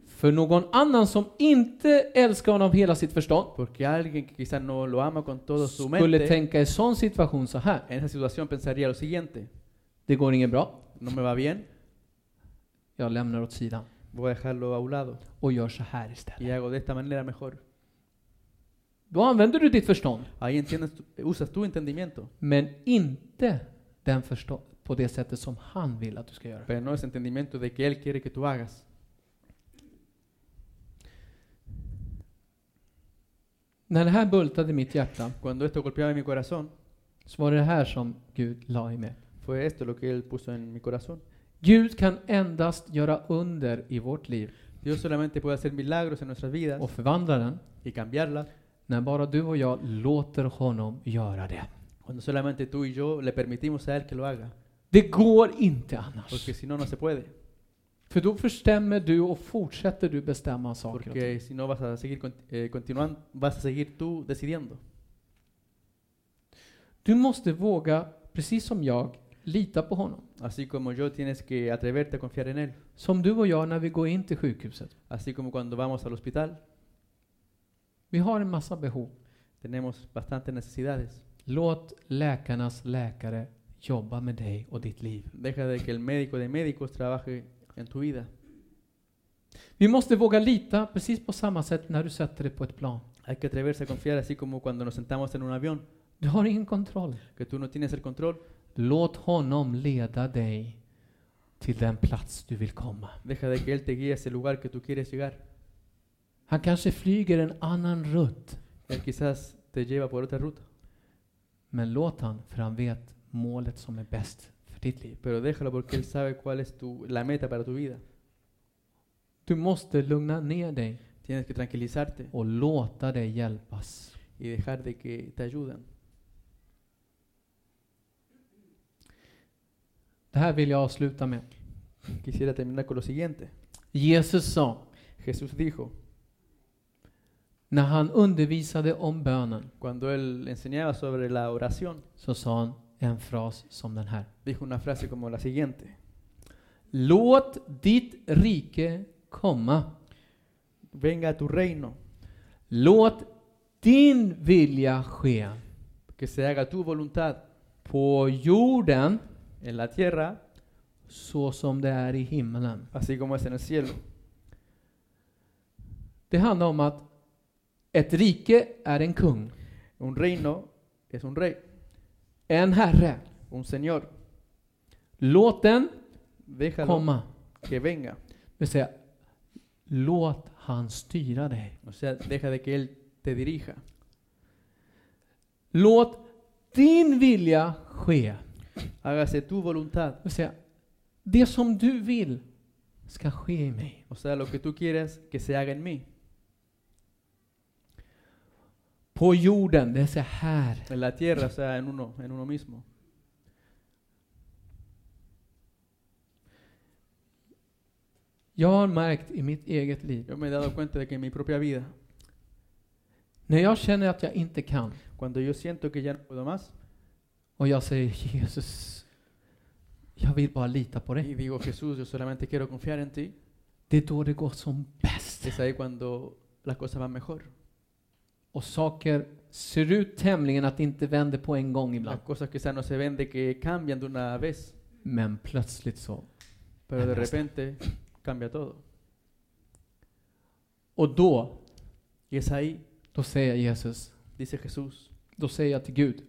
[SPEAKER 2] För någon annan som inte älskar honom hela sitt förstånd
[SPEAKER 3] Porque alguien que quizás no lo ama con todo su
[SPEAKER 2] skulle
[SPEAKER 3] mente,
[SPEAKER 2] tänka i sån situation så här.
[SPEAKER 3] en esa situación pensaría lo siguiente,
[SPEAKER 2] Det går inget bra.
[SPEAKER 3] no me va bien,
[SPEAKER 2] Jag lämnar åt sidan
[SPEAKER 3] voy a dejarlo a un lado
[SPEAKER 2] och gör så här istället.
[SPEAKER 3] y hago de esta manera mejor.
[SPEAKER 2] Då använder du ditt förstånd,
[SPEAKER 3] Ahí entiendes, tu- usas tu entendimiento,
[SPEAKER 2] men inte den förstå- på det sättet som han vill att du ska göra.
[SPEAKER 3] pero no ese entendimiento de que Él quiere que tú hagas.
[SPEAKER 2] När det här bultade i mitt hjärta
[SPEAKER 3] Cuando esto golpeaba en mi corazón,
[SPEAKER 2] så var det här som Gud la i mig.
[SPEAKER 3] fue esto lo que Él puso en mi corazón.
[SPEAKER 2] Gud kan endast göra under i vårt liv
[SPEAKER 3] Dios solamente puede hacer milagros en nuestras vidas
[SPEAKER 2] och förvandla den
[SPEAKER 3] y cambiarlas
[SPEAKER 2] när bara du och jag låter honom göra det.
[SPEAKER 3] cuando solamente tú y yo le permitimos a Él que lo haga,
[SPEAKER 2] Det går inte annars.
[SPEAKER 3] porque si no, no se puede,
[SPEAKER 2] För då förstämmer du och fortsätter du bestämma saker. och ting.
[SPEAKER 3] porque si no vas a seguir con- eh, continuando, vas a seguir tú decidiendo.
[SPEAKER 2] Du måste våga, precis som jag, lita på honom.
[SPEAKER 3] Así como yo tienes que atreverte a confiar en Él,
[SPEAKER 2] Som du och jag när vi går in till sjukhuset.
[SPEAKER 3] así como cuando vamos al hospital
[SPEAKER 2] Vi har en massa behov.
[SPEAKER 3] tenemos bastantes necesidades.
[SPEAKER 2] Låt läkarnas läkare jobba med dig och ditt liv.
[SPEAKER 3] Deja de que el médico de médicos trabaje en tu vida.
[SPEAKER 2] Vi måste våga lita precis på samma sätt när du sätter dig på ett plan.
[SPEAKER 3] Hay que atreverse a confiar así como cuando nos sentamos en un avión,
[SPEAKER 2] Du har ingen kontroll.
[SPEAKER 3] que tú no tienes el control,
[SPEAKER 2] Låt honom leda dig till den plats du vill komma.
[SPEAKER 3] deja de que Él te guíe hacia el lugar que tú quieres llegar.
[SPEAKER 2] Han kanske flyger en annan rutt.
[SPEAKER 3] Él quizás te lleva por otra ruta,
[SPEAKER 2] Men låt han, för han vet målet som är bäst för ditt liv.
[SPEAKER 3] pero déjalo porque Él sabe cuál es tu, la meta para tu vida.
[SPEAKER 2] Du måste lugna ner dig
[SPEAKER 3] Tienes que tranquilizarte
[SPEAKER 2] och låta dig hjälpas.
[SPEAKER 3] y dejar de que te ayudan.
[SPEAKER 2] Det här vill jag avsluta med.
[SPEAKER 3] Quisiera terminar con lo siguiente.
[SPEAKER 2] Jesus sa,
[SPEAKER 3] Jesús dijo,
[SPEAKER 2] när han undervisade om bönen,
[SPEAKER 3] cuando Él enseñaba sobre la oración,
[SPEAKER 2] så sa han en fras som den här.
[SPEAKER 3] dijo una frase como la siguiente.
[SPEAKER 2] Låt ditt rike komma.
[SPEAKER 3] Venga a tu reino,
[SPEAKER 2] Låt din vilja ske
[SPEAKER 3] que se haga tu voluntad
[SPEAKER 2] på jorden
[SPEAKER 3] en la tierra,
[SPEAKER 2] så som det är i himlen.
[SPEAKER 3] así como es en el cielo.
[SPEAKER 2] Det handlar om att ett rike är en kung,
[SPEAKER 3] Un reino es un rey,
[SPEAKER 2] en herre.
[SPEAKER 3] un señor.
[SPEAKER 2] Låt den
[SPEAKER 3] Déjalo
[SPEAKER 2] komma.
[SPEAKER 3] que venga.
[SPEAKER 2] Det vill säga, låt han styra dig.
[SPEAKER 3] O sea, deja de que Él te dirija.
[SPEAKER 2] Låt din vilja ske.
[SPEAKER 3] Hágase tu voluntad.
[SPEAKER 2] Det vill säga, det som du vill ska ske i mig.
[SPEAKER 3] O sea, lo que tú quieras que se haga en mí,
[SPEAKER 2] På jorden, det vill säga här.
[SPEAKER 3] en la tierra, o sea, en uno, en uno mismo.
[SPEAKER 2] Jag har märkt i mitt eget liv,
[SPEAKER 3] Yo me he dado cuenta de que en mi propia vida,
[SPEAKER 2] när jag känner att jag inte kan
[SPEAKER 3] cuando yo siento que ya no puedo más,
[SPEAKER 2] och jag säger Jesus, jag vill bara lita på dig.
[SPEAKER 3] y digo, Jesús, yo solamente quiero confiar en ti,
[SPEAKER 2] Det är då det går som bäst.
[SPEAKER 3] es ahí cuando las cosas van mejor.
[SPEAKER 2] Och saker ser ut tämligen att det inte vänder på en gång ibland.
[SPEAKER 3] Las cosas quizás no se ven de que cambian de una vez,
[SPEAKER 2] Men plötsligt så.
[SPEAKER 3] pero de repente cambia todo.
[SPEAKER 2] Och då,
[SPEAKER 3] Y es ahí,
[SPEAKER 2] då säger jag Jesus,
[SPEAKER 3] dice Jesús,
[SPEAKER 2] Då säger jag till Gud,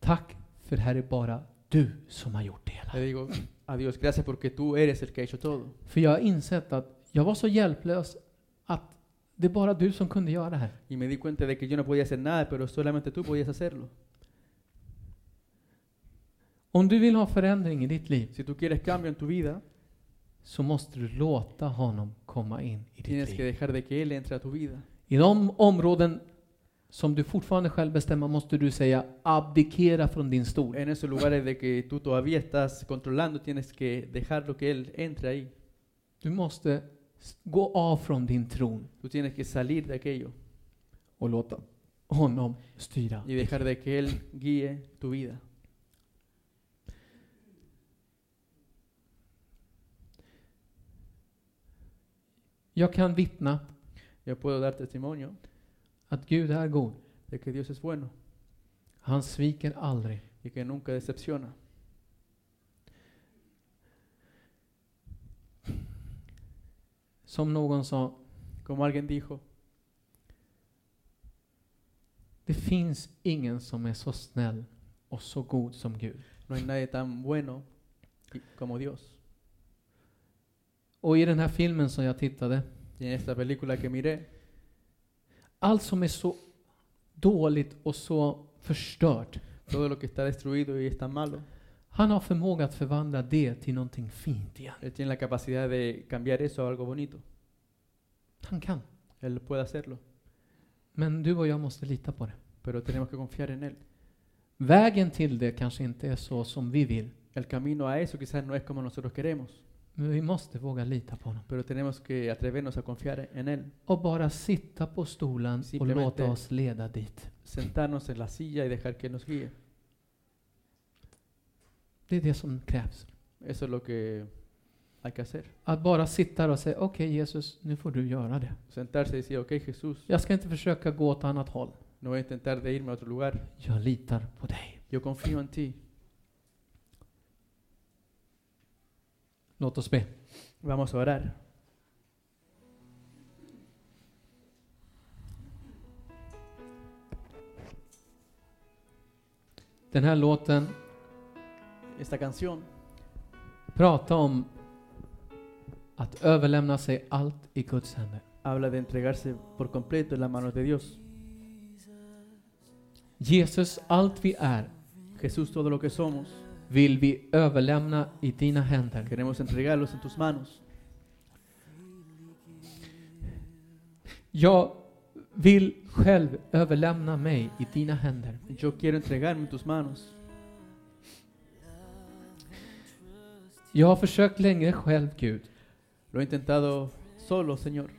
[SPEAKER 2] tack för det här är bara du som har gjort det
[SPEAKER 3] le
[SPEAKER 2] hela.
[SPEAKER 3] digo, a Dios, gracias porque tú eres el que ha hecho todo.
[SPEAKER 2] För jag har insett att jag var så hjälplös att det är bara du som kunde göra det här.
[SPEAKER 3] Y me di cuenta de que yo no podía hacer nada, pero solamente tú podías hacerlo.
[SPEAKER 2] Om du vill ha förändring i ditt liv
[SPEAKER 3] Si tú quieres cambio en tu vida,
[SPEAKER 2] så måste du låta honom komma in i ditt
[SPEAKER 3] tienes que
[SPEAKER 2] liv.
[SPEAKER 3] dejar de que Él entre a tu vida.
[SPEAKER 2] I de områden som du fortfarande själv bestämmer måste du säga abdikera från din stol.
[SPEAKER 3] En esos lugares de que tú todavía estás controlando, tienes que dejarlo que Él entre ahí.
[SPEAKER 2] Du måste s- gå av från din tron
[SPEAKER 3] Tú tienes que salir de aquello
[SPEAKER 2] och låta honom styra.
[SPEAKER 3] y dejar de que Él guíe tu vida.
[SPEAKER 2] Jag kan vittna
[SPEAKER 3] Yo puedo dar testimonio
[SPEAKER 2] att Gud är god.
[SPEAKER 3] de que Dios es bueno
[SPEAKER 2] Han sviker aldrig.
[SPEAKER 3] y que nunca decepciona.
[SPEAKER 2] Som någon sa,
[SPEAKER 3] Como alguien dijo,
[SPEAKER 2] det finns ingen som är så snäll och så god som Gud.
[SPEAKER 3] no hay nadie tan bueno y- como Dios.
[SPEAKER 2] Och i den här filmen som jag tittade,
[SPEAKER 3] Y en esta película que miré,
[SPEAKER 2] allt som är så dåligt och så förstört,
[SPEAKER 3] todo lo que está destruido y está malo,
[SPEAKER 2] han har förmåga att förvandla det till någonting fint igen.
[SPEAKER 3] Él tiene la capacidad de cambiar eso a algo bonito.
[SPEAKER 2] Han kan.
[SPEAKER 3] Él puede hacerlo,
[SPEAKER 2] Men du och jag måste lita på det.
[SPEAKER 3] pero tenemos que confiar en Él.
[SPEAKER 2] Vägen till det kanske inte är så som vi vill,
[SPEAKER 3] El camino a eso quizás no es como nosotros queremos,
[SPEAKER 2] men vi måste våga lita på honom.
[SPEAKER 3] pero tenemos que atrevernos a confiar en Él,
[SPEAKER 2] Och bara sitta på stolen och
[SPEAKER 3] Simplemente-
[SPEAKER 2] låta oss leda dit.
[SPEAKER 3] sentarnos en la silla y dejar que Él nos guíe.
[SPEAKER 2] Det är det som krävs.
[SPEAKER 3] Eso es lo que hay que hacer.
[SPEAKER 2] Att bara sitta där och säga, okej Jesus, nu får du göra det.
[SPEAKER 3] Sentarse y decir, ok Jesús,
[SPEAKER 2] Jag ska inte försöka gå åt annat håll.
[SPEAKER 3] no voy a intentar de irme a otro lugar,
[SPEAKER 2] Jag litar på dig.
[SPEAKER 3] yo confío en ti.
[SPEAKER 2] Låt oss be.
[SPEAKER 3] Vamos a orar.
[SPEAKER 2] Den här låten
[SPEAKER 3] Esta canción
[SPEAKER 2] pratar om att överlämna sig allt i Guds händer.
[SPEAKER 3] habla de entregarse por completo en las manos de Dios.
[SPEAKER 2] Jesus, allt vi är
[SPEAKER 3] Jesús, todo lo que somos,
[SPEAKER 2] vill vi överlämna i dina händer.
[SPEAKER 3] queremos entregarlos en tus manos.
[SPEAKER 2] Jag vill själv överlämna mig i dina händer.
[SPEAKER 3] Yo quiero entregarme en tus manos.
[SPEAKER 2] Jag har försökt länge själv, Gud,
[SPEAKER 3] Lo he intentado solo, Señor,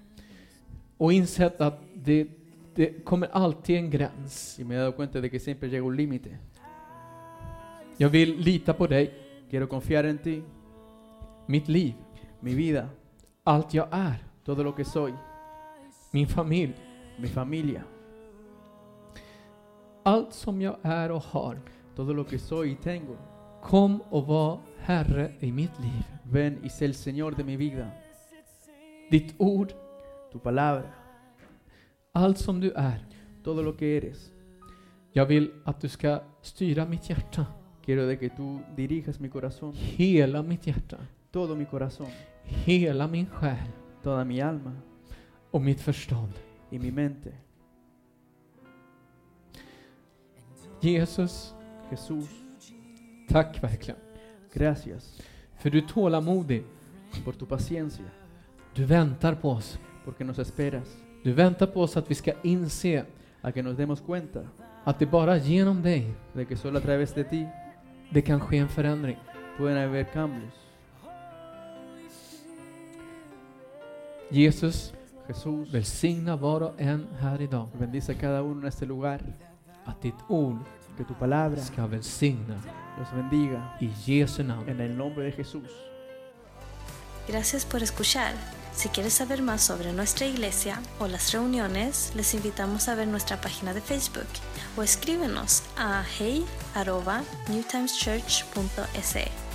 [SPEAKER 2] och insett att det, det kommer alltid en gräns.
[SPEAKER 3] y me he dado cuenta de que siempre llega un límite.
[SPEAKER 2] Jag vill lita på dig,
[SPEAKER 3] Quiero confiar en ti,
[SPEAKER 2] mitt liv,
[SPEAKER 3] mi vida,
[SPEAKER 2] allt jag är,
[SPEAKER 3] todo lo que soy,
[SPEAKER 2] min familj,
[SPEAKER 3] mi familia,
[SPEAKER 2] allt som jag är och har.
[SPEAKER 3] todo lo que soy y tengo.
[SPEAKER 2] Kom och var Herre i mitt liv.
[SPEAKER 3] Ven y sé el Señor de mi vida,
[SPEAKER 2] Ditt ord,
[SPEAKER 3] tu palabra,
[SPEAKER 2] allt som du är.
[SPEAKER 3] todo lo que eres.
[SPEAKER 2] Jag vill att du ska styra mitt hjärta,
[SPEAKER 3] Quiero de que tú dirijas mi corazón,
[SPEAKER 2] hela mitt hjärta,
[SPEAKER 3] todo mi corazón,
[SPEAKER 2] hela min själ
[SPEAKER 3] toda mi alma
[SPEAKER 2] och mitt förstånd.
[SPEAKER 3] y mi mente.
[SPEAKER 2] Jesus,
[SPEAKER 3] Jesús,
[SPEAKER 2] tack verkligen.
[SPEAKER 3] gracias
[SPEAKER 2] För du är tålamodig.
[SPEAKER 3] por tu paciencia,
[SPEAKER 2] Du väntar på oss.
[SPEAKER 3] porque nos esperas
[SPEAKER 2] Du väntar på oss att vi ska inse
[SPEAKER 3] a que nos demos cuenta
[SPEAKER 2] att det bara genom dig
[SPEAKER 3] de que solo a través de ti
[SPEAKER 2] det kan ske en förändring.
[SPEAKER 3] pueden haber cambios.
[SPEAKER 2] Jesus,
[SPEAKER 3] Jesús,
[SPEAKER 2] välsigna var och en här idag.
[SPEAKER 3] bendice a cada uno en este lugar,
[SPEAKER 2] Att ditt ord
[SPEAKER 3] que tu palabra
[SPEAKER 2] ska välsigna.
[SPEAKER 3] los bendiga
[SPEAKER 2] I Jesu namn.
[SPEAKER 3] en el nombre de Jesús.
[SPEAKER 1] Gracias por escuchar. Si quieres saber más sobre nuestra iglesia o las reuniones, les invitamos a ver nuestra página de Facebook o escríbenos a hey@newtimeschurch.se.